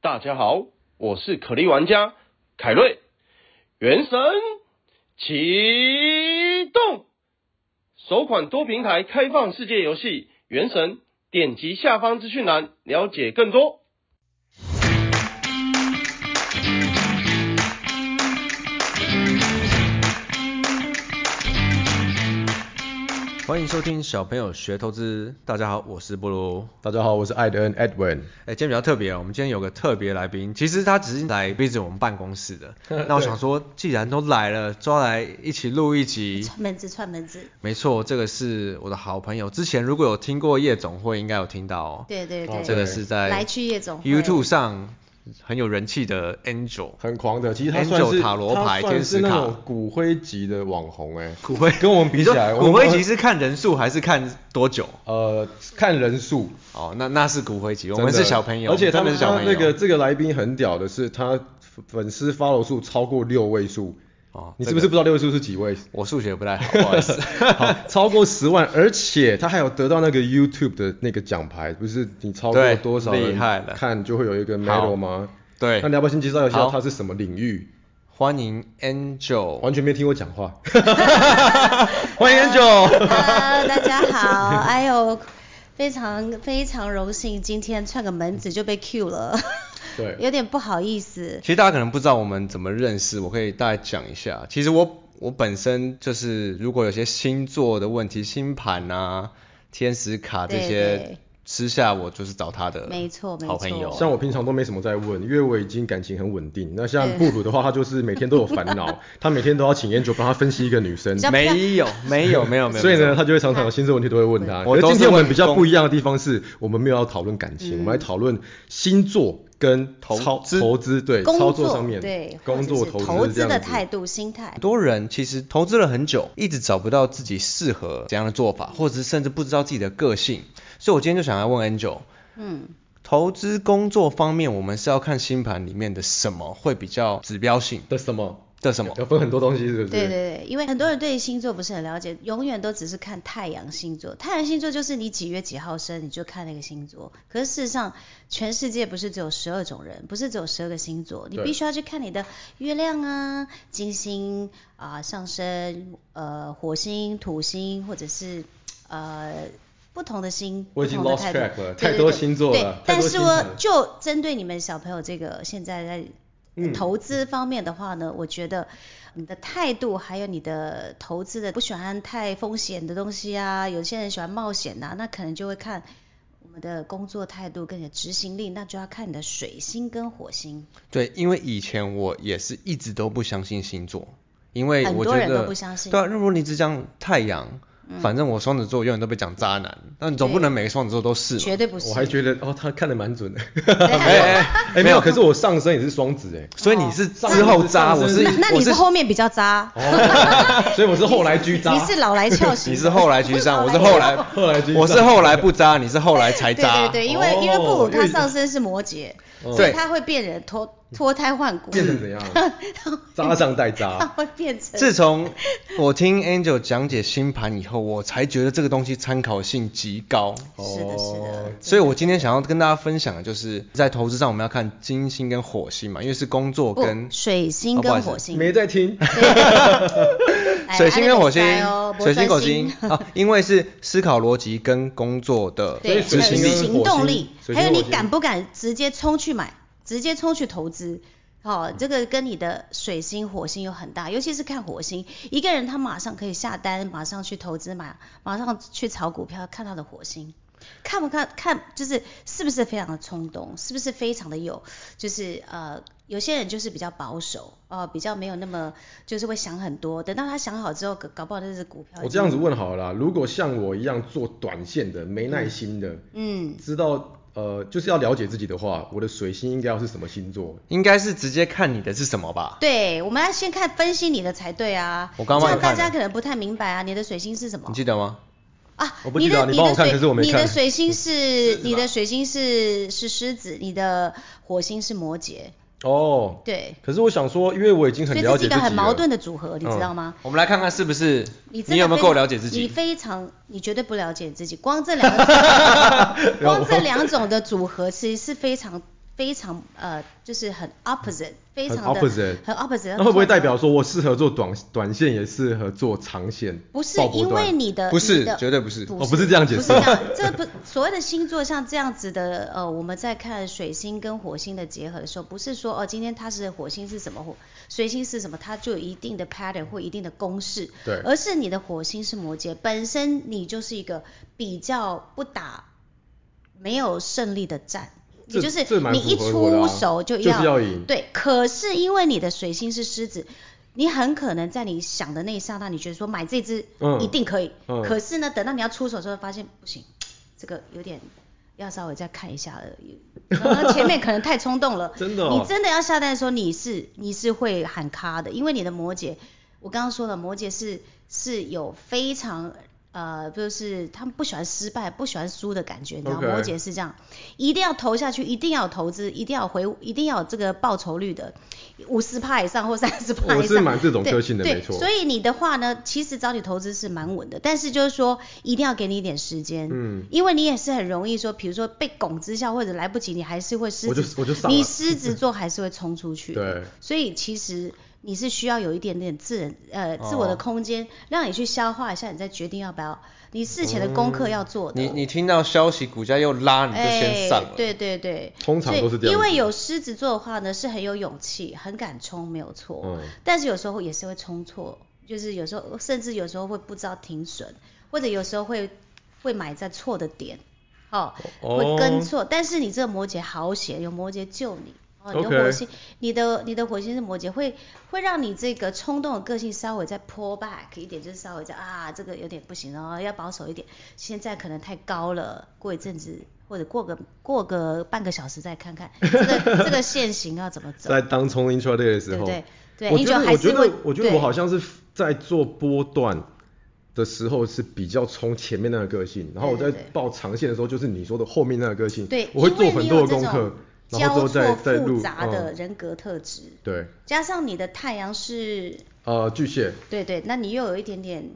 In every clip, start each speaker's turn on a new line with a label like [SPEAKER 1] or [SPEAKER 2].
[SPEAKER 1] 大家好，我是可莉玩家凯瑞。原神启动，首款多平台开放世界游戏《原神》，点击下方资讯栏了解更多。
[SPEAKER 2] 欢迎收听小朋友学投资。大家好，我是布鲁。
[SPEAKER 3] 大家好，我是艾德恩 Edwin。
[SPEAKER 2] 哎，今天比较特别哦，我们今天有个特别来宾，其实他只是来 visit 我们办公室 的。那我想说，既然都来了，抓来一起录一集。
[SPEAKER 4] 串门子，串门子，
[SPEAKER 2] 没错，这个是我的好朋友。之前如果有听过夜总会，应该有听到哦。
[SPEAKER 4] 对对对，
[SPEAKER 2] 这个是在
[SPEAKER 4] 来去夜总会
[SPEAKER 2] YouTube 上很有人气的 Angel。
[SPEAKER 3] 很狂的，其实他算是
[SPEAKER 2] Angel 塔罗牌
[SPEAKER 3] 他算是那
[SPEAKER 2] 天
[SPEAKER 3] 种
[SPEAKER 2] 使卡
[SPEAKER 3] 骨灰级的网红哎、
[SPEAKER 2] 骨灰
[SPEAKER 3] 跟我们比起来，
[SPEAKER 2] 你
[SPEAKER 3] 我
[SPEAKER 2] 说
[SPEAKER 3] 们
[SPEAKER 2] 骨灰级是看人数还是看多久？
[SPEAKER 3] 呃看人数，
[SPEAKER 2] 哦，那那是骨灰级，我
[SPEAKER 3] 真
[SPEAKER 2] 们
[SPEAKER 3] 的
[SPEAKER 2] 是小朋友，
[SPEAKER 3] 而且
[SPEAKER 2] 他
[SPEAKER 3] 他
[SPEAKER 2] 们
[SPEAKER 3] 们
[SPEAKER 2] 是小朋友。
[SPEAKER 3] 那个这个来宾很屌的是，他粉丝 follow 数超过六位数。
[SPEAKER 2] 哦
[SPEAKER 3] 你是不是不知道六位数是 几位？
[SPEAKER 2] 我数学不太好，不好意 思。
[SPEAKER 3] 好，超过十万，而且他还有得到那个 YouTube 的那个奖牌，不是你超
[SPEAKER 2] 对
[SPEAKER 3] 过多少人
[SPEAKER 2] 厉害了
[SPEAKER 3] 看就会有一个
[SPEAKER 2] 好
[SPEAKER 3] medal 吗？
[SPEAKER 2] 对
[SPEAKER 3] 那你要不要先介绍一下
[SPEAKER 2] 好
[SPEAKER 3] 他是什么领域？
[SPEAKER 2] 欢迎 Angel，
[SPEAKER 3] 完全没听我讲话。 欢迎 Angel。
[SPEAKER 4] Hello，大家 好，哎呦，非常非常荣幸，今天串个门子就被 Q 了，
[SPEAKER 3] 对
[SPEAKER 4] 有点不好意思
[SPEAKER 2] 其。实大家可能不知道我们怎么认识，我可以大概讲一下。其实我我本身就是，如果有些星座的问题、星盘啊、天使卡这
[SPEAKER 4] 对
[SPEAKER 2] 些
[SPEAKER 4] 对，
[SPEAKER 2] 私下我就是找他的，
[SPEAKER 4] 没错没
[SPEAKER 2] 好朋友
[SPEAKER 4] 错。
[SPEAKER 3] 像我平常都没什么在问，因为我已经感情很稳定。那像布鲁的话，他就是每天都有烦恼， 他每天都要请 Angel 帮他分析一个女生
[SPEAKER 4] 比，较
[SPEAKER 2] 没有没有没有没有，
[SPEAKER 3] 所以呢，他就会常常有星座问题都会问他。
[SPEAKER 2] 我
[SPEAKER 3] 可是
[SPEAKER 2] 都是
[SPEAKER 3] 今天我们
[SPEAKER 2] 问
[SPEAKER 3] 比较
[SPEAKER 2] 工
[SPEAKER 3] 不一样的地方是，我们没有要讨论感
[SPEAKER 4] 嗯
[SPEAKER 3] 情，我们来讨论星座跟
[SPEAKER 2] 投
[SPEAKER 3] 操
[SPEAKER 2] 资
[SPEAKER 3] 投资对
[SPEAKER 4] 工
[SPEAKER 3] 操
[SPEAKER 4] 作
[SPEAKER 3] 作上面，
[SPEAKER 4] 对，
[SPEAKER 3] 工作
[SPEAKER 4] 或者是
[SPEAKER 3] 投资这
[SPEAKER 4] 资
[SPEAKER 3] 样
[SPEAKER 4] 的
[SPEAKER 3] 子
[SPEAKER 4] 态度、心态
[SPEAKER 2] 很，多人其实投资了很久，一直找不到自己适合怎样的做法，或者是甚至不知道自己的个性。所以我今天就想来问 Angel，
[SPEAKER 4] 嗯，
[SPEAKER 2] 投资工作方面，我们是要看星盘里面的什么会比较指标性
[SPEAKER 3] 的什么
[SPEAKER 2] 的什么？
[SPEAKER 3] 要分很多东西，是不是？
[SPEAKER 4] 对对对，因为很多人对星座不是很了解，永远都只是看太阳星座。太阳星座就是你几月几号生，你就看那个星座。可是事实上，全世界不是只有十二种人，不是只有十二个星座，你
[SPEAKER 3] 对
[SPEAKER 4] 必须要去看你的月亮啊、金星啊、上升、呃火星、土星，或者是呃。不同的星，
[SPEAKER 3] 我已
[SPEAKER 4] 不
[SPEAKER 3] 经
[SPEAKER 4] 同的
[SPEAKER 3] lost
[SPEAKER 4] 态度
[SPEAKER 3] track 了
[SPEAKER 4] 对
[SPEAKER 3] 太
[SPEAKER 4] 对
[SPEAKER 3] 多
[SPEAKER 4] 对
[SPEAKER 3] 星座
[SPEAKER 4] 对
[SPEAKER 3] 了太
[SPEAKER 4] 但
[SPEAKER 3] 多
[SPEAKER 4] 是
[SPEAKER 3] 星
[SPEAKER 4] 我
[SPEAKER 3] 盘了
[SPEAKER 4] 就针对你们小朋友这个现在在
[SPEAKER 3] 嗯
[SPEAKER 4] 投资方面的话呢，我觉得你的态度还有你的投资的，不喜欢太风险的东西啊，有些人喜欢冒险呐、那可能就会看我们的工作态度跟你的执行力，那就要看你的水星跟火星。
[SPEAKER 2] 对，因为以前我也是一直都不相信星座，因为
[SPEAKER 4] 很
[SPEAKER 2] 我觉
[SPEAKER 4] 多
[SPEAKER 2] 得
[SPEAKER 4] 人都不相信嗯
[SPEAKER 2] 对啊，如果你只讲太阳，反正我双子座永远都被讲渣男，那你总不能每个双子座都是嘛
[SPEAKER 4] 绝对不是。
[SPEAKER 3] 我还觉得哦，他看的蛮 准的。
[SPEAKER 4] 对
[SPEAKER 2] 哎哎
[SPEAKER 3] 哎，没有，可是我上身也是双子哎。
[SPEAKER 2] 所以你是之后渣，
[SPEAKER 3] 上升
[SPEAKER 2] 我是
[SPEAKER 4] 那哦那
[SPEAKER 2] 我
[SPEAKER 4] 你
[SPEAKER 2] 是
[SPEAKER 4] 是后面比较渣，
[SPEAKER 3] 哦 所以我是后来居渣。
[SPEAKER 4] 你是老来 俏型。
[SPEAKER 2] 你是后 来居
[SPEAKER 4] 哦
[SPEAKER 2] 上，我是后来
[SPEAKER 3] 后来居上
[SPEAKER 2] 我是后来不渣，你是后来才
[SPEAKER 4] 对
[SPEAKER 2] 渣。
[SPEAKER 4] 对对，因为、
[SPEAKER 3] 哦
[SPEAKER 4] 因为布鲁
[SPEAKER 3] 因
[SPEAKER 4] 他
[SPEAKER 3] 为
[SPEAKER 4] 上身是摩羯，
[SPEAKER 2] 哦
[SPEAKER 4] 所
[SPEAKER 2] 对
[SPEAKER 4] 以他会变人脱脱胎换骨，
[SPEAKER 3] 变成怎 样？渣上带
[SPEAKER 4] 他
[SPEAKER 3] 渣。
[SPEAKER 4] 会变成
[SPEAKER 2] 自从我听 Angel 讲解星盘以后，我才觉得这个东西参考性极高。
[SPEAKER 4] 是的是的，
[SPEAKER 2] 所以我今天想要跟大家分享的就是，在投资上我们要看金星跟火星嘛，因为是工作
[SPEAKER 4] 不
[SPEAKER 2] 跟
[SPEAKER 4] 水星
[SPEAKER 2] 哦不好意
[SPEAKER 4] 跟
[SPEAKER 2] 思
[SPEAKER 4] 火星，
[SPEAKER 3] 没在听。
[SPEAKER 4] 哎
[SPEAKER 2] 水星跟火星
[SPEAKER 4] 安利比赛哦、，
[SPEAKER 2] 水星
[SPEAKER 4] 火
[SPEAKER 2] 火星啊，因为是思考逻辑跟工作的
[SPEAKER 4] 对，
[SPEAKER 3] 所
[SPEAKER 2] 执
[SPEAKER 3] 以
[SPEAKER 2] 行
[SPEAKER 3] 水
[SPEAKER 4] 还有
[SPEAKER 2] 力。
[SPEAKER 3] 星跟
[SPEAKER 4] 行
[SPEAKER 3] 火
[SPEAKER 4] 动
[SPEAKER 3] 星
[SPEAKER 4] 力，
[SPEAKER 3] 水星
[SPEAKER 4] 还有你
[SPEAKER 3] 火星
[SPEAKER 4] 敢不敢直接冲去买，直接冲去投资。
[SPEAKER 3] 嗯
[SPEAKER 4] 哦，这个跟你的水星、火星有很大，尤其是看火星，一个人他马上可以下单，马上去投资买，马上去炒股票，看他的火星，看不看看就是是不是非常的冲动，是不是非常的有，就是呃有些人就是比较保守，哦、比较没有那么就是会想很多，等到他想好之后，搞搞不好那只股票已
[SPEAKER 3] 我这
[SPEAKER 4] 经
[SPEAKER 3] 样子问好了啦，如果像我一样做短线的、没耐心的，
[SPEAKER 4] 嗯，
[SPEAKER 3] 知道呃就是要了解自己的话，我的水星应该要是什么星座？
[SPEAKER 2] 应该是直接看你的是什么吧？
[SPEAKER 4] 对，我们要先看分析你的才对啊。
[SPEAKER 2] 我刚刚帮
[SPEAKER 4] 这
[SPEAKER 2] 你
[SPEAKER 4] 样大
[SPEAKER 2] 看
[SPEAKER 4] 家
[SPEAKER 2] 了
[SPEAKER 4] 可能不太明白啊，你的水星是什么
[SPEAKER 2] 你记得吗？
[SPEAKER 4] 啊？
[SPEAKER 3] 我不记得
[SPEAKER 4] 你
[SPEAKER 3] 你
[SPEAKER 4] 的
[SPEAKER 3] 帮
[SPEAKER 4] 你
[SPEAKER 3] 我看
[SPEAKER 4] 的
[SPEAKER 3] 可是我
[SPEAKER 4] 水
[SPEAKER 3] 没
[SPEAKER 4] 你的
[SPEAKER 3] 看
[SPEAKER 4] 水星 是
[SPEAKER 3] 子吧
[SPEAKER 4] 你的水星是是狮子，你的火星是摩羯，
[SPEAKER 3] 哦，
[SPEAKER 4] 对，
[SPEAKER 3] 可是我想说，因为我已经
[SPEAKER 4] 所
[SPEAKER 3] 很
[SPEAKER 4] 以
[SPEAKER 3] 了
[SPEAKER 4] 这是
[SPEAKER 3] 解
[SPEAKER 4] 一
[SPEAKER 3] 自己嗯
[SPEAKER 4] 个
[SPEAKER 3] 了，
[SPEAKER 4] 很矛盾的组合，你知道吗？
[SPEAKER 2] 我们来看看是不是
[SPEAKER 4] 真
[SPEAKER 2] 有没
[SPEAKER 4] 的
[SPEAKER 2] 有
[SPEAKER 4] 非常
[SPEAKER 2] 够了解自
[SPEAKER 4] 你
[SPEAKER 2] 己？
[SPEAKER 4] 非常，你绝对不 了解你自己。光这两个，光这两种的组合，其实是非常非常呃，就是很 opposite，非
[SPEAKER 3] 很
[SPEAKER 4] 常的
[SPEAKER 3] opposite
[SPEAKER 4] 很 opposite。
[SPEAKER 3] 那会不会代表说我适合做短短线，也适合做长线？
[SPEAKER 4] 不是
[SPEAKER 3] 爆波
[SPEAKER 4] 因
[SPEAKER 3] 段
[SPEAKER 4] 为你的
[SPEAKER 2] 不是
[SPEAKER 4] 你的
[SPEAKER 2] 绝对不是
[SPEAKER 3] 哦不是这样解释
[SPEAKER 4] 不是 这样，这不所谓的星座像这样子的呃，我们在看水星跟火星的结合的时候，不是说哦今天它是火星是什么火，水星是什么，它就有一定的 pattern 或一定的公式，
[SPEAKER 3] 对
[SPEAKER 4] 而是你的火星是摩羯，本身你就是一个比较不打没有胜利的战。也
[SPEAKER 3] 这
[SPEAKER 4] 就是
[SPEAKER 3] 这蛮
[SPEAKER 4] 你
[SPEAKER 3] 符
[SPEAKER 4] 一
[SPEAKER 3] 合我的
[SPEAKER 4] 出
[SPEAKER 3] 啊
[SPEAKER 4] 手就
[SPEAKER 3] 就是要赢
[SPEAKER 4] 对，可是因为你的水星是狮子，你很可能在你想的那一刹那，你觉得说买这只
[SPEAKER 3] 嗯
[SPEAKER 4] 一定可以，
[SPEAKER 3] 嗯，
[SPEAKER 4] 可是呢，等到你要出手之后，发现不行，这个有点要稍微再看一下了，然后前面可能太冲动了
[SPEAKER 3] 真的哦
[SPEAKER 4] 你真的要下单的时候，你是你是会喊卡的，因为你的摩羯，我刚刚说了，摩羯是是有非常。呃，就是他们不喜欢失败，不喜欢输的感觉，你知道
[SPEAKER 3] OK
[SPEAKER 4] 摩羯是这样，一定要投下去，一定要有投资，一定要有回，一定要有这个报酬率的，五十趴以上或三十趴以上。
[SPEAKER 3] 我是蛮这种
[SPEAKER 4] 对
[SPEAKER 3] 个性的
[SPEAKER 4] 对
[SPEAKER 3] 没错
[SPEAKER 4] 所以你的话呢，其实找你投资是蛮稳的，但是就是说一定要给你一点时间，
[SPEAKER 3] 嗯
[SPEAKER 4] 因为你也是很容易说，比如说被拱之下或者来不及，你还是会狮子，
[SPEAKER 3] 我就我就上了
[SPEAKER 4] 你狮子座还是会冲出去的。
[SPEAKER 3] 对
[SPEAKER 4] 所以其实你是需要有一点点自人呃自我的空间，让你去消化一下，你再决定要不要，你事前的功课要做
[SPEAKER 3] 哦
[SPEAKER 4] 的。
[SPEAKER 2] 你你听到消息，股价又拉，你就先
[SPEAKER 4] 哎
[SPEAKER 2] 上了。
[SPEAKER 4] 对对对，
[SPEAKER 3] 通常都是这样
[SPEAKER 4] 所以因为
[SPEAKER 3] 子
[SPEAKER 4] 有狮子座的话呢，是很有勇气，很敢冲，没有错。
[SPEAKER 3] 嗯
[SPEAKER 4] 但是有时候也是会冲错，就是有时候甚至有时候会不知道停损，或者有时候会会买在错的点，哦，
[SPEAKER 3] 哦
[SPEAKER 4] 会跟错。但是你这个摩羯好险，有摩羯救你。哦，你的
[SPEAKER 3] OK
[SPEAKER 4] 火星你的你的火星是摩羯，会会让你这个冲动的个性稍微再 pull back 一点，就是稍微再啊，这个有点不行哦，要保守一点。现在可能太高了，过一阵子或者过个过个半个小时再看看 这个这个线型要怎么走。
[SPEAKER 3] 在当冲 intraday 的时候，
[SPEAKER 4] 对对对
[SPEAKER 3] 我觉
[SPEAKER 4] Angel
[SPEAKER 3] 得
[SPEAKER 4] 还
[SPEAKER 3] 我
[SPEAKER 4] 是
[SPEAKER 3] 觉
[SPEAKER 4] 会
[SPEAKER 3] 得我觉得
[SPEAKER 4] 对
[SPEAKER 3] 我好像是在做波段的时候是比较冲前面那个个性，然后我
[SPEAKER 4] 对
[SPEAKER 3] 在
[SPEAKER 4] 对对
[SPEAKER 3] 报长线的时候就是你说的后面那个个性，
[SPEAKER 4] 对，
[SPEAKER 3] 我会
[SPEAKER 4] 因
[SPEAKER 3] 做
[SPEAKER 4] 为
[SPEAKER 3] 很
[SPEAKER 4] 你
[SPEAKER 3] 多
[SPEAKER 4] 有
[SPEAKER 3] 的
[SPEAKER 4] 这
[SPEAKER 3] 功
[SPEAKER 4] 种
[SPEAKER 3] 课，然后之
[SPEAKER 4] 交
[SPEAKER 3] 后再
[SPEAKER 4] 错
[SPEAKER 3] 再录
[SPEAKER 4] 复，杂的
[SPEAKER 3] 嗯，
[SPEAKER 4] 人格特质，
[SPEAKER 3] 对，
[SPEAKER 4] 加上你的太阳是，
[SPEAKER 3] 呃，巨蟹，
[SPEAKER 4] 对对，那你又有一点点，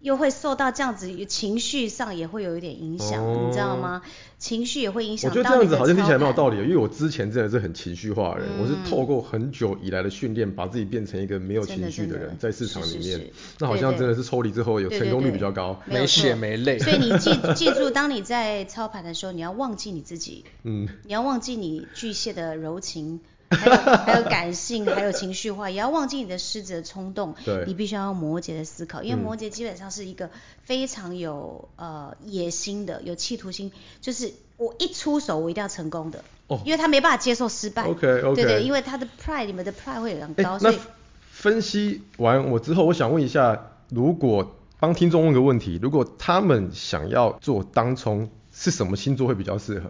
[SPEAKER 4] 又会受到这样子情绪上也会有一点影响，
[SPEAKER 3] 哦
[SPEAKER 4] 你知道吗？情绪也会影
[SPEAKER 3] 我
[SPEAKER 4] 响
[SPEAKER 3] 觉
[SPEAKER 4] 到
[SPEAKER 3] 得
[SPEAKER 4] 你
[SPEAKER 3] 这样
[SPEAKER 4] 的
[SPEAKER 3] 子好像听起来蛮有
[SPEAKER 4] 操
[SPEAKER 3] 道
[SPEAKER 4] 盘
[SPEAKER 3] 理的，因为我之前真的是很情绪化的
[SPEAKER 4] 嗯
[SPEAKER 3] 人，我是透过很久以来的训练，把自己变成一个没有
[SPEAKER 4] 真的
[SPEAKER 3] 情绪
[SPEAKER 4] 真的
[SPEAKER 3] 人，在市
[SPEAKER 4] 是
[SPEAKER 3] 场里
[SPEAKER 4] 是
[SPEAKER 3] 面，
[SPEAKER 4] 是
[SPEAKER 3] 那好
[SPEAKER 4] 对
[SPEAKER 3] 像
[SPEAKER 4] 对
[SPEAKER 3] 真的是抽离之后有
[SPEAKER 4] 对
[SPEAKER 3] 成
[SPEAKER 4] 对
[SPEAKER 3] 功率
[SPEAKER 4] 对
[SPEAKER 3] 比较高，
[SPEAKER 4] 没有
[SPEAKER 2] 没血
[SPEAKER 4] 错
[SPEAKER 2] 没泪
[SPEAKER 4] 所以你记记住，当你在操盘的时候，你要忘记你自己，
[SPEAKER 3] 嗯，
[SPEAKER 4] 你要忘记你巨蟹的柔情，还有还有感性，还有情绪化，也要忘记你的狮子的冲动。
[SPEAKER 3] 对嗯
[SPEAKER 4] 你必须要用摩羯的思考，因为摩羯基本上是一个非常有呃野心的，有企图心，就是我一出手我一定要成功的。
[SPEAKER 3] 哦
[SPEAKER 4] 因为他没办法接受失败。
[SPEAKER 3] OK，OK
[SPEAKER 4] 对对，因为他的 pride，你们的 pride 会很
[SPEAKER 3] 哎、
[SPEAKER 4] 高，所
[SPEAKER 3] 那
[SPEAKER 4] 以
[SPEAKER 3] 分析完我之后，我想问一下，如果帮听众问个问题，如果他们想要做当冲，是什么星座会比较适合？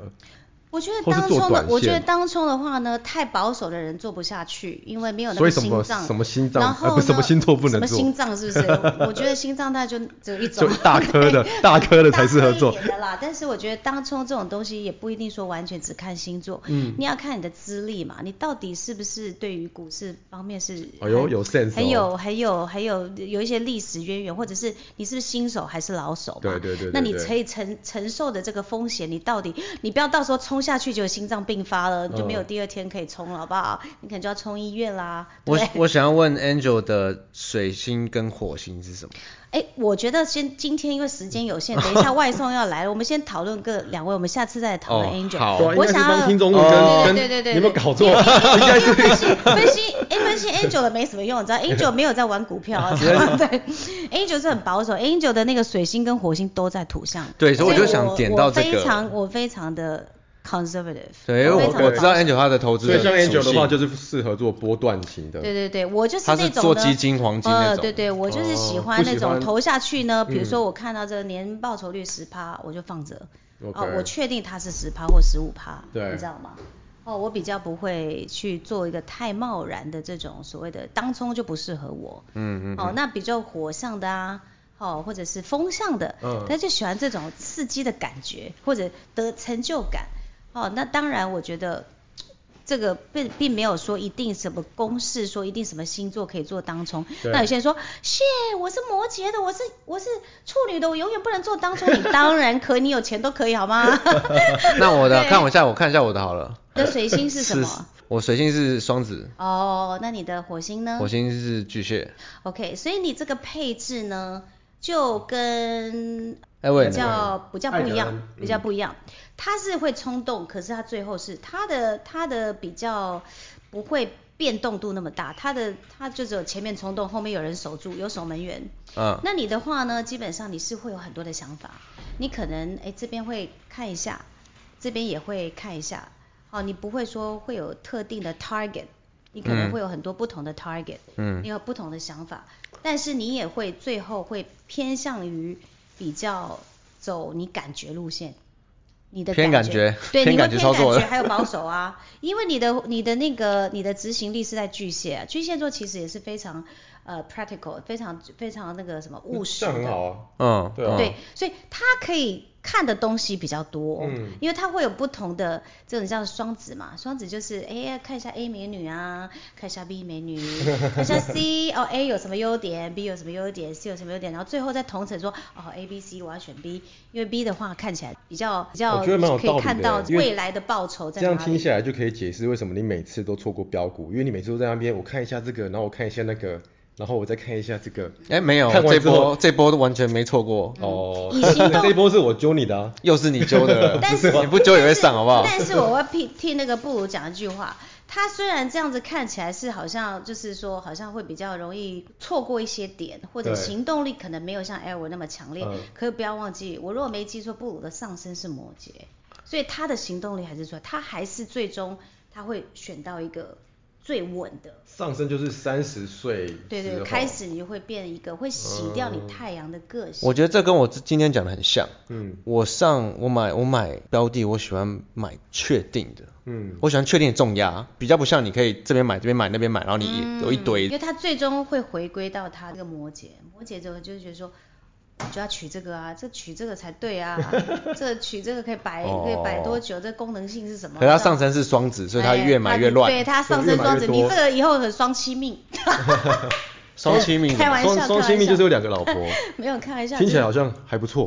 [SPEAKER 4] 我觉
[SPEAKER 3] 或
[SPEAKER 4] 得
[SPEAKER 3] 是
[SPEAKER 4] 当
[SPEAKER 3] 做
[SPEAKER 4] 冲的
[SPEAKER 3] 短，
[SPEAKER 4] 我觉得
[SPEAKER 3] 线
[SPEAKER 4] 当冲的话呢，太保守的人做不下去，因为没有那
[SPEAKER 3] 所
[SPEAKER 4] 个
[SPEAKER 3] 以什
[SPEAKER 4] 心
[SPEAKER 3] 么
[SPEAKER 4] 脏。
[SPEAKER 3] 什么心脏
[SPEAKER 4] 然
[SPEAKER 3] 呃
[SPEAKER 4] 后
[SPEAKER 3] 不是什
[SPEAKER 4] 呢
[SPEAKER 3] 么星座不能
[SPEAKER 4] 什么
[SPEAKER 3] 做
[SPEAKER 4] 心脏 是不是？我觉得心脏那就只有一种
[SPEAKER 3] 就，大颗 的大颗的才适合做
[SPEAKER 4] 大颗一点的啦，但是我觉得当冲这种东西也不一定说完全只看星座，嗯，你要看你的资历嘛，你到底是不是对于股市方面是
[SPEAKER 3] 哎呦
[SPEAKER 4] 很
[SPEAKER 3] 有 sense 哦
[SPEAKER 4] 很有很有很有有一些历史渊源，或者是你是不是新手还是老手嘛？
[SPEAKER 3] 对对对对
[SPEAKER 4] 那你
[SPEAKER 3] 对
[SPEAKER 4] 可以承承受的这个风险，你到底你不要到时候冲下去就心脏病发了，就没有
[SPEAKER 3] 嗯
[SPEAKER 4] 第二天可以冲了，好不好？你可能就要冲医院啦。对
[SPEAKER 2] 我
[SPEAKER 4] 不对
[SPEAKER 2] 我想要问 Angel 的水星跟火星是什么？
[SPEAKER 4] 哎，我觉得先今天因为时间 有限，等一下外送要来了，我们先讨论个两位，我们下次再讨论
[SPEAKER 2] 哦
[SPEAKER 4] Angel。
[SPEAKER 2] 好
[SPEAKER 3] 对啊，应
[SPEAKER 4] 我
[SPEAKER 3] 该是
[SPEAKER 4] 想要
[SPEAKER 3] 帮听众问跟、
[SPEAKER 2] 哦
[SPEAKER 3] 跟
[SPEAKER 4] 对对对对
[SPEAKER 3] 你有没有搞 错？
[SPEAKER 4] 因为 分析分析哎分析 Angel 的没什么用，你知道 Angel 没有在玩股票啊，知道吗对，Angel 是很保守，Angel 的那个水星跟火星都在土象。
[SPEAKER 2] 对所以我就想
[SPEAKER 4] 我
[SPEAKER 2] 点到这
[SPEAKER 4] 我
[SPEAKER 2] 个
[SPEAKER 4] 非常我非常的 conservative。
[SPEAKER 2] 对，因为
[SPEAKER 4] 我
[SPEAKER 2] 我
[SPEAKER 4] 非常
[SPEAKER 2] 我知道
[SPEAKER 4] 保守
[SPEAKER 2] Angel 他的投资
[SPEAKER 3] 所以像 Angel
[SPEAKER 2] 属
[SPEAKER 3] 的
[SPEAKER 2] 性
[SPEAKER 3] 话，就是适合做波段型的。
[SPEAKER 4] 对对对，我就是
[SPEAKER 2] 他
[SPEAKER 4] 那
[SPEAKER 2] 是
[SPEAKER 4] 种呢
[SPEAKER 2] 做基金黄金那
[SPEAKER 4] 呃，
[SPEAKER 2] 种
[SPEAKER 4] 对对，我就是喜
[SPEAKER 3] 哦
[SPEAKER 4] 欢
[SPEAKER 3] 不
[SPEAKER 4] 那
[SPEAKER 3] 喜
[SPEAKER 4] 种
[SPEAKER 3] 欢嗯
[SPEAKER 4] 投下去呢，比如说我看到这个年报酬率十趴，我就放着。哦
[SPEAKER 3] OK
[SPEAKER 4] 我确定它是十趴或十五趴，
[SPEAKER 3] 对
[SPEAKER 4] 你知道吗？哦，我比较不会去做一个太贸然的这种所谓的当冲就不适合我。
[SPEAKER 2] 嗯嗯
[SPEAKER 4] 哦，那比较火象的啊，哦，或者是风象的，
[SPEAKER 3] 嗯
[SPEAKER 4] 他就喜欢这种刺激的感觉或者得成就感。哦，那当然，我觉得这个并并没有说一定什么公式，说一定什么星座可以做当冲。
[SPEAKER 3] 对
[SPEAKER 4] 那有些人说，谢，我是摩羯的，我是我是处女的，我永远不能做当冲。你当然可以，你有钱都可以，好吗？
[SPEAKER 2] 那我的
[SPEAKER 4] 对
[SPEAKER 2] 看我一下，我看一下我的好了。
[SPEAKER 4] 那水星是什么？
[SPEAKER 2] 我水星是双子，
[SPEAKER 4] 哦，那你的火星呢
[SPEAKER 2] 火星是巨蟹。
[SPEAKER 4] ？OK，所以你这个配置呢，就跟
[SPEAKER 2] 哎喂
[SPEAKER 4] 比，较比较不一
[SPEAKER 3] 艾德
[SPEAKER 4] 样
[SPEAKER 3] 恩，嗯
[SPEAKER 4] 比较不一样。他是会冲动，可是他最后是他的他的比较不会变动度那么大，他的他就只有前面冲动，后面有人守住，有守门员。
[SPEAKER 2] 嗯，
[SPEAKER 4] 那你的话呢，基本上你是会有很多的想法，你可能哎这边会看一下，这边也会看一下，哦，你不会说会有特定的 target，你可能
[SPEAKER 2] 嗯
[SPEAKER 4] 会有很多不同的 target，
[SPEAKER 2] 嗯
[SPEAKER 4] 你有不同的想法，但是你也会最后会偏向于比较走你感觉路线。你的
[SPEAKER 2] 偏
[SPEAKER 4] 感
[SPEAKER 2] 感觉
[SPEAKER 4] 对，
[SPEAKER 2] 偏
[SPEAKER 4] 你会
[SPEAKER 2] 感觉
[SPEAKER 4] 偏
[SPEAKER 2] 操
[SPEAKER 4] 感
[SPEAKER 2] 作
[SPEAKER 4] 觉，
[SPEAKER 2] 的
[SPEAKER 4] 还有保守啊， 因为你的你的那个你的执行力是在巨蟹、啊，巨蟹座其实也是非常呃 practical，非常非常那个什么务实
[SPEAKER 3] 这
[SPEAKER 4] 的，
[SPEAKER 3] 样很好啊。
[SPEAKER 2] 嗯，
[SPEAKER 3] 对啊
[SPEAKER 2] 嗯
[SPEAKER 4] 对，所以他可以看的东西比较多，
[SPEAKER 3] 嗯
[SPEAKER 4] 因为他会有不同的这种像双子嘛，双子就是哎呀看一下 A 美女啊，看一下 B 美女，看一 下 C 哦 A 有什么优点，B 有什么优点，C 有什么优点，然后最后再同层说哦 A B C 我要选 B，因为 B 的话看起来比较比较
[SPEAKER 3] 我觉得蛮有
[SPEAKER 4] 可
[SPEAKER 3] 道
[SPEAKER 4] 以
[SPEAKER 3] 理
[SPEAKER 4] 看
[SPEAKER 3] 的
[SPEAKER 4] 到
[SPEAKER 3] 因为
[SPEAKER 4] 未来的报酬在
[SPEAKER 3] 这
[SPEAKER 4] 哪
[SPEAKER 3] 样
[SPEAKER 4] 里。
[SPEAKER 3] 听下来就可以解释为什么你每次都错过标股，因为你每次都在那边，我看一下这个，然后我看一下那个，然后我再看一下这个。
[SPEAKER 2] 哎没有，
[SPEAKER 3] 看完
[SPEAKER 2] 这
[SPEAKER 3] 之后
[SPEAKER 2] 波这波完全没错过，
[SPEAKER 4] 嗯
[SPEAKER 3] 哦，
[SPEAKER 4] 以行动
[SPEAKER 3] 这一波是我揪你的啊。
[SPEAKER 2] 又是你揪的，
[SPEAKER 4] 但是
[SPEAKER 2] 你不揪也会上好不好？
[SPEAKER 4] 但是我会替替那个布鲁讲一句话，他虽然这样子看起来是好像就是说好像会比较容易错过一些点，或者
[SPEAKER 3] 对
[SPEAKER 4] 行动力可能没有像艾文那么强烈，
[SPEAKER 3] 嗯
[SPEAKER 4] 可是不要忘记，我如果没记错，布鲁的上身是摩羯，所以他的行动力还是说他还是最终他会选到一个最稳的。
[SPEAKER 3] 上升就是三十岁，
[SPEAKER 4] 对对，开。始你就会变一个会洗掉你太阳的个性。
[SPEAKER 2] 我觉得这跟我今天讲的很像。
[SPEAKER 3] 嗯
[SPEAKER 2] 我上我买我买标的，我喜欢买确定的，
[SPEAKER 3] 嗯，
[SPEAKER 2] 我喜欢确定的重压，比较不像你可以这边买这边买那边买，然后
[SPEAKER 4] 嗯
[SPEAKER 2] 你有一堆
[SPEAKER 4] 因为他最终会回归到他这个摩羯，摩羯之后就是觉得说，我就要娶这个啊，这娶这个才对啊， 这娶这个可以摆可以摆多久，这功能性是什么？
[SPEAKER 2] 哦可是它上身是双子，所以它越买越乱。
[SPEAKER 4] 哎他对他上升双子，
[SPEAKER 3] 越买越多
[SPEAKER 4] 你这个以后很双妻命，
[SPEAKER 2] 双七命，
[SPEAKER 4] 开玩笑，
[SPEAKER 3] 双双
[SPEAKER 4] 开玩
[SPEAKER 3] 性命
[SPEAKER 4] 笑
[SPEAKER 3] 就是有两个老 婆，
[SPEAKER 4] 没有开玩笑，
[SPEAKER 3] 听起来好像还不 错。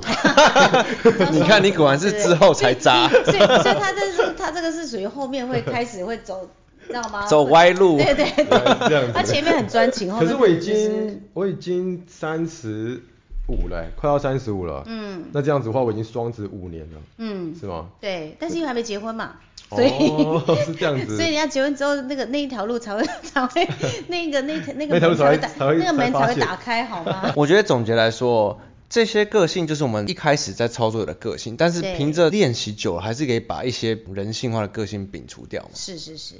[SPEAKER 2] 你看你果然是之后才渣
[SPEAKER 4] 对所以所以所以他这是他这个是属于后面会开始会走，知道 吗？
[SPEAKER 2] 走歪路
[SPEAKER 4] 对对对，
[SPEAKER 3] 这样子
[SPEAKER 4] 他前面很专情，后
[SPEAKER 3] 可
[SPEAKER 4] 面
[SPEAKER 3] 是我已
[SPEAKER 4] 就是
[SPEAKER 3] 经我已经三十五了欸，快要三十五了。
[SPEAKER 4] 嗯
[SPEAKER 3] 那这样子的话，我已经双子五年了，
[SPEAKER 4] 嗯
[SPEAKER 3] 是吗？
[SPEAKER 4] 对，但是因为还没结婚嘛，所以、
[SPEAKER 3] 哦， 是这样子。
[SPEAKER 4] 所以人家结婚之后，那个那一条路才会 才会那个那那
[SPEAKER 3] 那
[SPEAKER 4] 个
[SPEAKER 3] 条路
[SPEAKER 4] 门
[SPEAKER 3] 才会
[SPEAKER 4] 会打
[SPEAKER 3] 才会
[SPEAKER 4] 那个门
[SPEAKER 3] 才发
[SPEAKER 4] 才会
[SPEAKER 3] 现
[SPEAKER 4] 打开，好 吗？
[SPEAKER 2] 我觉得总结来说，这些个性就是我们一开始在操作的个性，但是
[SPEAKER 4] 对
[SPEAKER 2] 凭着练习久了，还是可以把一些人性化的个性摒除掉嘛。
[SPEAKER 4] 是是是。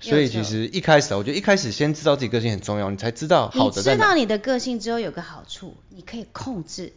[SPEAKER 2] 所
[SPEAKER 4] 没
[SPEAKER 2] 以
[SPEAKER 4] 有错
[SPEAKER 2] 其实一开始啊，我觉得一开始先知道自己个性很重要，你才知道好
[SPEAKER 4] 你
[SPEAKER 2] 的
[SPEAKER 4] 知
[SPEAKER 2] 在
[SPEAKER 4] 道
[SPEAKER 2] 哪。
[SPEAKER 4] 你的个性之后有个好处，你可以控制，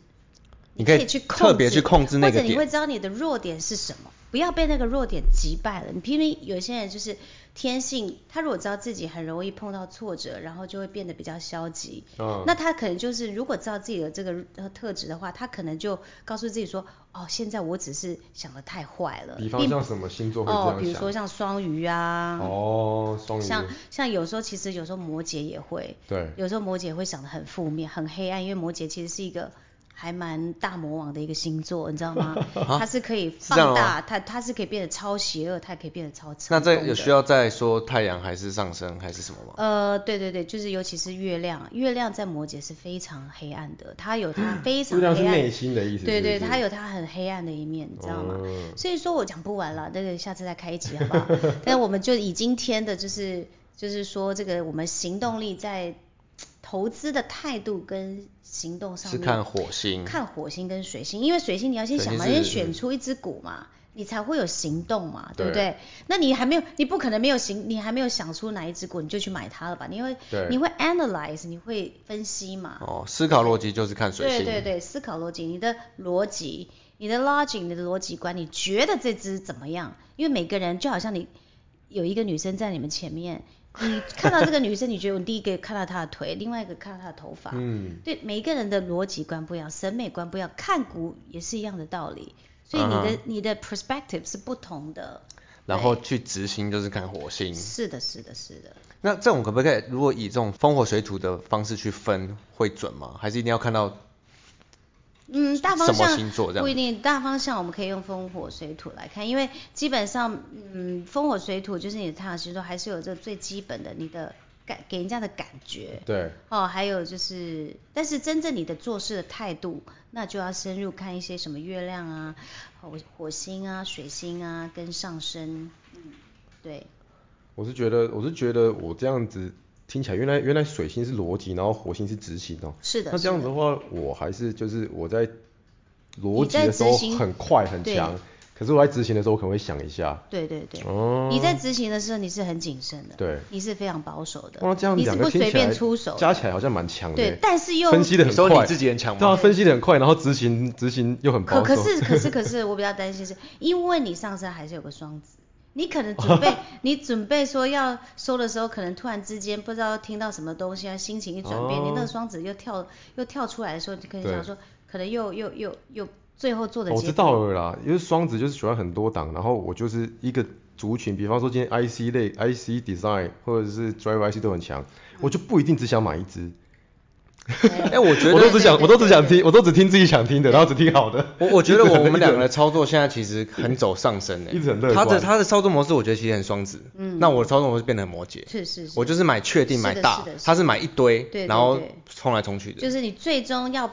[SPEAKER 2] 你可
[SPEAKER 4] 可
[SPEAKER 2] 以
[SPEAKER 4] 以去控制
[SPEAKER 2] 特别去控制那个
[SPEAKER 4] 或者你
[SPEAKER 2] 点
[SPEAKER 4] 会知道你的弱点是什么，不要被那个弱点击败了。你偏偏有些人就是天性，他如果知道自己很容易碰到挫折，然后就会变得比较消极。
[SPEAKER 3] 嗯
[SPEAKER 4] 那他可能就是如果知道自己的这个呃特质的话，他可能就告诉自己说，哦，现在我只是想的太坏了。
[SPEAKER 3] 比方
[SPEAKER 4] 并
[SPEAKER 3] 像什么星座会这样
[SPEAKER 4] 哦
[SPEAKER 3] 想？，
[SPEAKER 4] 比如说像双鱼啊，
[SPEAKER 3] 哦，双鱼。
[SPEAKER 4] 像像有时候其实有时候摩羯也会，
[SPEAKER 3] 对
[SPEAKER 4] 有时候摩羯会想的很负面、很黑暗，因为摩羯其实是一个还蛮大魔王的一个星座，你知道 吗？它是可以
[SPEAKER 2] 是这样
[SPEAKER 4] 放
[SPEAKER 2] 吗
[SPEAKER 4] 大，它它是可以变得超邪恶，它也可以变得超成
[SPEAKER 2] 那这
[SPEAKER 4] 功
[SPEAKER 2] 有
[SPEAKER 4] 的
[SPEAKER 2] 需要再说太阳还是上升还是什么吗？
[SPEAKER 4] 呃，对对对，就是尤其是月亮，月亮在摩羯是非常黑暗的，它有它非常
[SPEAKER 3] 嗯月
[SPEAKER 4] 黑
[SPEAKER 3] 亮
[SPEAKER 4] 暗
[SPEAKER 3] 是内心的意思
[SPEAKER 4] 对对，
[SPEAKER 3] 是不是
[SPEAKER 4] 它有它很黑暗的一面，你知道吗？
[SPEAKER 3] 嗯
[SPEAKER 4] 所以说我讲不完了，那个下次再开一集好不好？ 但我们就以今天的就是就是说这个我们行动力在投资的态度跟行动上
[SPEAKER 2] 是
[SPEAKER 4] 面，
[SPEAKER 2] 看火星。
[SPEAKER 4] 看火星跟水星，因为水星你要先想嘛，
[SPEAKER 2] 水星
[SPEAKER 4] 先
[SPEAKER 2] 是
[SPEAKER 4] 选出一只股嘛，你才会有行动嘛，对不
[SPEAKER 3] 对
[SPEAKER 4] 对？那你还没有，你不可能没有行，你还没有想出哪一只股你就去买它了吧？你会
[SPEAKER 3] 对
[SPEAKER 4] 你会 analyze，你会分析嘛？
[SPEAKER 2] 哦，思考逻辑就是看水星。
[SPEAKER 4] 对对对，思考逻辑，你的逻辑，你的 logic，你的逻辑观，你觉得这只怎么样？因为每个人就好像你有一个女生在你们前面，你看到这个女生，你觉得你第一个看到她的腿，另外一个看到她的头发，
[SPEAKER 3] 嗯，
[SPEAKER 4] 对，每一个人的逻辑观不一样，审美观不一样，看股也是一样的道理，所以你的、
[SPEAKER 2] 嗯哼
[SPEAKER 4] 你的 perspective 是不同的。
[SPEAKER 2] 然后
[SPEAKER 4] 对
[SPEAKER 2] 去执行就是看火星。
[SPEAKER 4] 是的，是的，是的。
[SPEAKER 2] 那这种可不可以？如果以这种风火水土的方式去分，会准吗？还是一定要看到
[SPEAKER 4] 嗯，大方
[SPEAKER 2] 什么
[SPEAKER 4] 向
[SPEAKER 2] 星座这样
[SPEAKER 4] 不一定，大方向我们可以用风火水土来看，因为基本上，嗯，风火水土就是你的太阳星座，还是有这最基本的你的感给人家的感觉。
[SPEAKER 3] 对，
[SPEAKER 4] 哦，还有就是，但是真正你的做事的态度，那就要深入看一些什么月亮啊、火火星啊、水星啊跟上升，嗯，对，
[SPEAKER 3] 我是觉得，我是觉得我这样子听起来，原来原来水星是逻辑，然后火星是执行哦。
[SPEAKER 4] 是的
[SPEAKER 3] 那这样
[SPEAKER 4] 是
[SPEAKER 3] 子
[SPEAKER 4] 的
[SPEAKER 3] 的话，我还是就是我在逻
[SPEAKER 4] 你
[SPEAKER 3] 辑
[SPEAKER 4] 在
[SPEAKER 3] 的
[SPEAKER 4] 执
[SPEAKER 3] 时候
[SPEAKER 4] 行
[SPEAKER 3] 很快很
[SPEAKER 4] 对
[SPEAKER 3] 强，可是我在执行的时候我可能会想一下。
[SPEAKER 4] 对对对。
[SPEAKER 3] 哦。
[SPEAKER 4] 你在执行的时候，你是很谨慎的，
[SPEAKER 3] 对
[SPEAKER 4] 你是非常保守的，
[SPEAKER 3] 哦哇，这样
[SPEAKER 4] 你是
[SPEAKER 3] 两个
[SPEAKER 4] 不
[SPEAKER 3] 听
[SPEAKER 4] 随
[SPEAKER 3] 起来
[SPEAKER 4] 便出手的，
[SPEAKER 3] 加起来好像蛮强的。
[SPEAKER 4] 对但是又
[SPEAKER 3] 分析的
[SPEAKER 2] 你
[SPEAKER 3] 很
[SPEAKER 2] 说
[SPEAKER 3] 快。
[SPEAKER 2] 你自己很强
[SPEAKER 3] 对啊，
[SPEAKER 2] 吗？
[SPEAKER 3] 分析的很快，然后执行执行又很
[SPEAKER 4] 可
[SPEAKER 3] 保守。
[SPEAKER 4] 可是可是可是，我比较担心是，因为你上身还是有个双子，你可能 准备你准备说要收的时候，可能突然之间不知道听到什么东西啊，心情一转变，你那个双子又跳又跳出来的时候，你可能
[SPEAKER 3] 哦对
[SPEAKER 4] 想说，可能又又又又最后做的
[SPEAKER 3] 哦我
[SPEAKER 4] 结
[SPEAKER 3] 知
[SPEAKER 4] 果，
[SPEAKER 3] 道了啦，因为双子就是喜欢很多档，然后我就是一个族群，比方说今天 IC 类、IC design 或者是 drive IC 都很强，我就不一定只想买一只，
[SPEAKER 2] 哎，我觉
[SPEAKER 3] 我
[SPEAKER 2] 得
[SPEAKER 3] 都只想，我都只想听，我都只听自己想听的，然后只听好的。
[SPEAKER 2] 我我觉得我们 两个的操作现在其实很走上升诶、
[SPEAKER 3] 一直很乐观
[SPEAKER 2] 他的他的操作模式我觉得其实很双子，嗯，那我的操作模式变得很摩羯，
[SPEAKER 4] 是是是
[SPEAKER 2] 我就是买确定
[SPEAKER 4] 是的
[SPEAKER 2] 买大
[SPEAKER 4] 是的是的，
[SPEAKER 2] 他是买一堆
[SPEAKER 4] 对对，
[SPEAKER 2] 然后
[SPEAKER 4] 对
[SPEAKER 2] 冲来冲去的
[SPEAKER 4] 就。是你最终要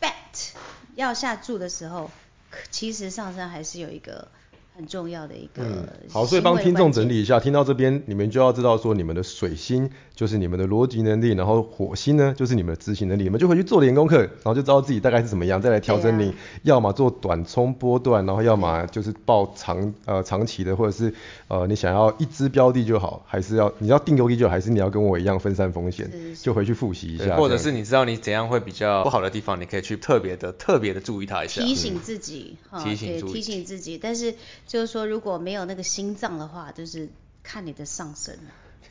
[SPEAKER 4] bet 要下注的时候，可其实上身还是有一个很重要的一个、
[SPEAKER 3] 嗯好，所以帮听众整。理一下，听到这边你们就要知道说，你们的水星就是你们的逻辑能力，然后火星呢就是你们的执行能力，你们就回去做点功课，然后就知道自己大概是怎么样，再来调整
[SPEAKER 4] 对啊
[SPEAKER 3] 你、要么做短冲波段，然后要么就是报长呃长期的，或者是呃你想要一只标的就好，还是要你要定标的就好，还是你要跟我一样分散风险，
[SPEAKER 4] 是是
[SPEAKER 3] 就回去复习一
[SPEAKER 2] 对
[SPEAKER 3] 下，
[SPEAKER 2] 或者
[SPEAKER 3] 这
[SPEAKER 2] 是
[SPEAKER 3] 样
[SPEAKER 2] 你知道你怎样会比较不好的地方，你可以去特别的特别的注意他一下。嗯
[SPEAKER 4] 提醒自己，哈，
[SPEAKER 2] 提醒
[SPEAKER 4] 对，
[SPEAKER 2] 注意
[SPEAKER 4] 提醒自己。但是就是说，如果没有那个心脏的话，就是看你的上身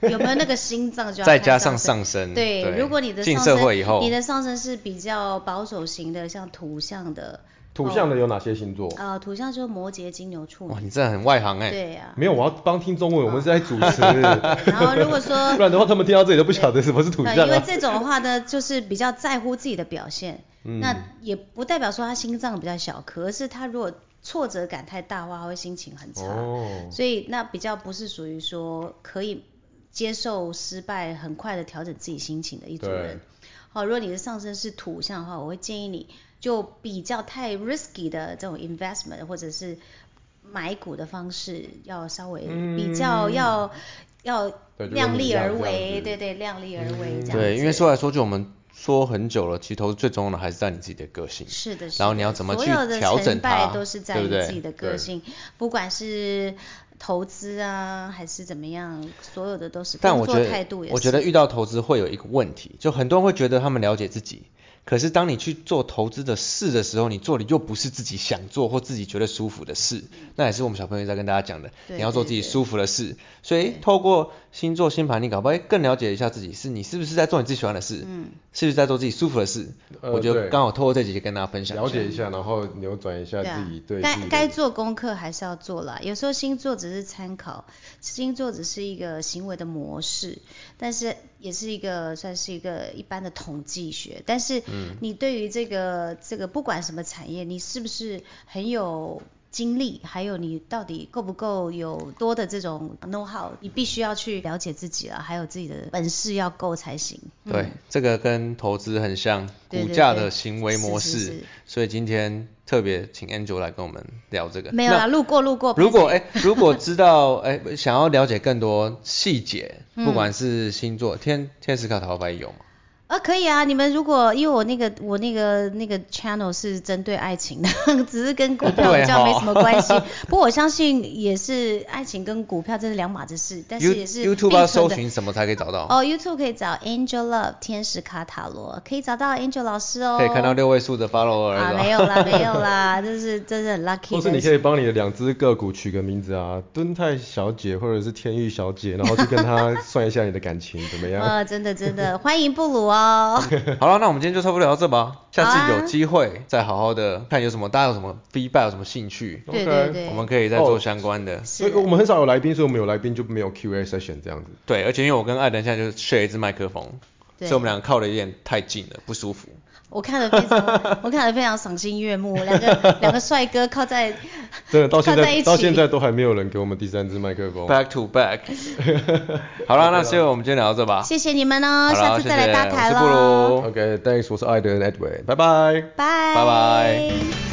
[SPEAKER 4] 有没有那个心脏就要
[SPEAKER 2] 再
[SPEAKER 4] 看
[SPEAKER 2] 加上
[SPEAKER 4] 上
[SPEAKER 2] 上身
[SPEAKER 4] 对，
[SPEAKER 2] 对
[SPEAKER 4] 如果你的
[SPEAKER 2] 进
[SPEAKER 4] 上
[SPEAKER 2] 社
[SPEAKER 4] 身
[SPEAKER 2] 会以后
[SPEAKER 4] 你的上身是比较保守型的，像土象的，
[SPEAKER 3] 土象的有哪些星座？
[SPEAKER 4] 呃，土象就是摩羯、金牛、处
[SPEAKER 2] 哇，
[SPEAKER 4] 女，
[SPEAKER 2] 你真的很外行哎、
[SPEAKER 4] 对呀、
[SPEAKER 3] 没有，我要帮听中文，我们是在主 持，
[SPEAKER 4] 然后 如果说
[SPEAKER 3] 不然的话他们听到这里都不晓得什么是土
[SPEAKER 4] 对，
[SPEAKER 3] 象
[SPEAKER 4] 因为
[SPEAKER 3] 啊。
[SPEAKER 4] 这种的话呢，就是比较在乎自己的表现，
[SPEAKER 2] 嗯
[SPEAKER 4] 那也不代表说他心脏比较小颗，可是他如果挫折感太大的话，他会心情很差，
[SPEAKER 3] 哦
[SPEAKER 4] 所以那比较不是属于说可以接受失败，很快的调整自己心情的一种人
[SPEAKER 3] 对。
[SPEAKER 4] 好，如果你的上升是土象的话，我会建议你就比较太 risky 的这种 investment 或者是买股的方式，要稍微比较要、要
[SPEAKER 3] 对就跟
[SPEAKER 4] 量
[SPEAKER 3] 你一
[SPEAKER 4] 力
[SPEAKER 3] 样
[SPEAKER 4] 而
[SPEAKER 3] 这样
[SPEAKER 4] 为，
[SPEAKER 3] 子
[SPEAKER 4] 对对，量力而为这样子。
[SPEAKER 2] 对，因为说来说去我们说很久了，其实投资最重要的还是在你自己的个性。
[SPEAKER 4] 是的，是
[SPEAKER 2] 然后你
[SPEAKER 4] 的
[SPEAKER 2] 要怎么
[SPEAKER 4] 所
[SPEAKER 2] 去
[SPEAKER 4] 有的
[SPEAKER 2] 调
[SPEAKER 4] 成
[SPEAKER 2] 整
[SPEAKER 4] 败
[SPEAKER 2] 它
[SPEAKER 4] 都是在
[SPEAKER 2] 对
[SPEAKER 4] 于
[SPEAKER 2] 不对
[SPEAKER 4] 自己的个
[SPEAKER 3] 对
[SPEAKER 4] 性，不管是投资啊还是怎么样，所有的都是
[SPEAKER 2] 但
[SPEAKER 4] 工
[SPEAKER 2] 我觉
[SPEAKER 4] 作态
[SPEAKER 2] 得
[SPEAKER 4] 度也，是。
[SPEAKER 2] 我觉得遇到投资会有一个问题，就很多人会觉得他们了解自己，可是当你去做投资的事的时候，你做的又不是自己想做或自己觉得舒服的事，那也是我们小朋友在跟大家讲的，
[SPEAKER 4] 对
[SPEAKER 2] 你要做
[SPEAKER 4] 对
[SPEAKER 2] 自己
[SPEAKER 4] 对
[SPEAKER 2] 舒服的事。所以透过星座星盘，你搞不好会更了解一下自己，是你是不是在做你自己喜欢的事，
[SPEAKER 4] 嗯，
[SPEAKER 2] 是不是在做自己舒服的事？
[SPEAKER 3] 呃
[SPEAKER 2] 我觉得
[SPEAKER 3] 对
[SPEAKER 2] 刚好透过这几集跟大家分享一
[SPEAKER 3] 了
[SPEAKER 2] 下
[SPEAKER 4] 嗯
[SPEAKER 3] 解一下，然后扭转一下
[SPEAKER 4] 对啊
[SPEAKER 3] 自己对自
[SPEAKER 4] 该
[SPEAKER 3] 己的
[SPEAKER 4] 该做功课还是要做啦。有时候星座只是参考，星座只是一个行为的模式，但是也是一个算是一个一般的统计学。但是
[SPEAKER 3] 嗯
[SPEAKER 4] 你对于这个这个不管什么产业，你是不是很有？精力，还有你到底够不够有多的这种 know how，你必须要去了解自己了，还有自己的本事要够才行。嗯
[SPEAKER 2] 对，这个跟投资很像，
[SPEAKER 4] 对
[SPEAKER 2] 股
[SPEAKER 4] 对
[SPEAKER 2] 价
[SPEAKER 4] 对
[SPEAKER 2] 的行为
[SPEAKER 4] 是
[SPEAKER 2] 模
[SPEAKER 4] 是
[SPEAKER 2] 式。
[SPEAKER 4] 是
[SPEAKER 2] 所以今天特别请 Angel 来跟我们聊这个。
[SPEAKER 4] 没有啦，
[SPEAKER 2] 那
[SPEAKER 4] 路过路过。
[SPEAKER 2] 如果
[SPEAKER 4] 拍谁
[SPEAKER 2] 哎、 如果知道哎、想要了解更多细节，
[SPEAKER 4] 嗯
[SPEAKER 2] 不管是星座、天天使卡塔罗牌有吗？
[SPEAKER 4] 啊，可以啊，你们如果因为我那个我那个那个 channel 是针对爱情的， 只是跟股票
[SPEAKER 2] 对
[SPEAKER 4] 比较没
[SPEAKER 2] 哈
[SPEAKER 4] 什么 关系。不过我相信也是爱情跟股票这是两码子事，但
[SPEAKER 2] You-
[SPEAKER 4] 是也是
[SPEAKER 2] YouTube
[SPEAKER 4] 并
[SPEAKER 2] 要
[SPEAKER 4] 存
[SPEAKER 2] 搜
[SPEAKER 4] 的
[SPEAKER 2] 寻什么才可以找到？
[SPEAKER 4] 哦，YouTube 可以找 Angel Love 天使卡塔罗，可以找到 Angel 老师哦。
[SPEAKER 2] 可以看到六位数的 follower
[SPEAKER 4] 啊，
[SPEAKER 2] 是吧
[SPEAKER 4] 没有啦，没有啦， 这是真的很 lucky 的。
[SPEAKER 3] 或是你可以帮你的两只个股取个名字啊，敦泰小姐或者是天玉小姐，然后去跟 她算一下你的感情怎么样。
[SPEAKER 4] 呃，真的真的， 欢迎布鲁哦。
[SPEAKER 2] 好了，那我们今天就差不多聊到这吧。下
[SPEAKER 4] 好
[SPEAKER 2] 次
[SPEAKER 4] 啊
[SPEAKER 2] 有机会再好好的看有什么，大家有什么 feedback，有什么兴趣，
[SPEAKER 4] 对
[SPEAKER 3] OK，
[SPEAKER 4] 对对，
[SPEAKER 2] 我们可以再做相关的。
[SPEAKER 3] 所以我们很少有来宾，所以我们有来宾就没有 Q&A session 这样子。
[SPEAKER 2] 对，而且因为我跟艾伦现在就是 share 一支麦克风，
[SPEAKER 4] 对
[SPEAKER 2] 所以我们两个靠的有点太近了，不舒服。
[SPEAKER 4] 我看了非常，我看了非常赏心悦目，两个两个帅哥靠在
[SPEAKER 3] 真的到 现
[SPEAKER 4] 靠在一
[SPEAKER 3] 在
[SPEAKER 4] 起
[SPEAKER 3] 到现在都还没有人给我们第三支麦克风。
[SPEAKER 2] Back to back。好了，那所以我们今天聊到这吧。
[SPEAKER 4] 谢谢你们哦，
[SPEAKER 2] 好啦
[SPEAKER 4] 下次再来搭
[SPEAKER 2] 谢谢
[SPEAKER 4] 台
[SPEAKER 2] 我是布
[SPEAKER 4] 喽，
[SPEAKER 2] 鲁
[SPEAKER 3] OK，thanks，我是艾德 Edward，拜拜。
[SPEAKER 2] 拜
[SPEAKER 4] 拜
[SPEAKER 2] 拜。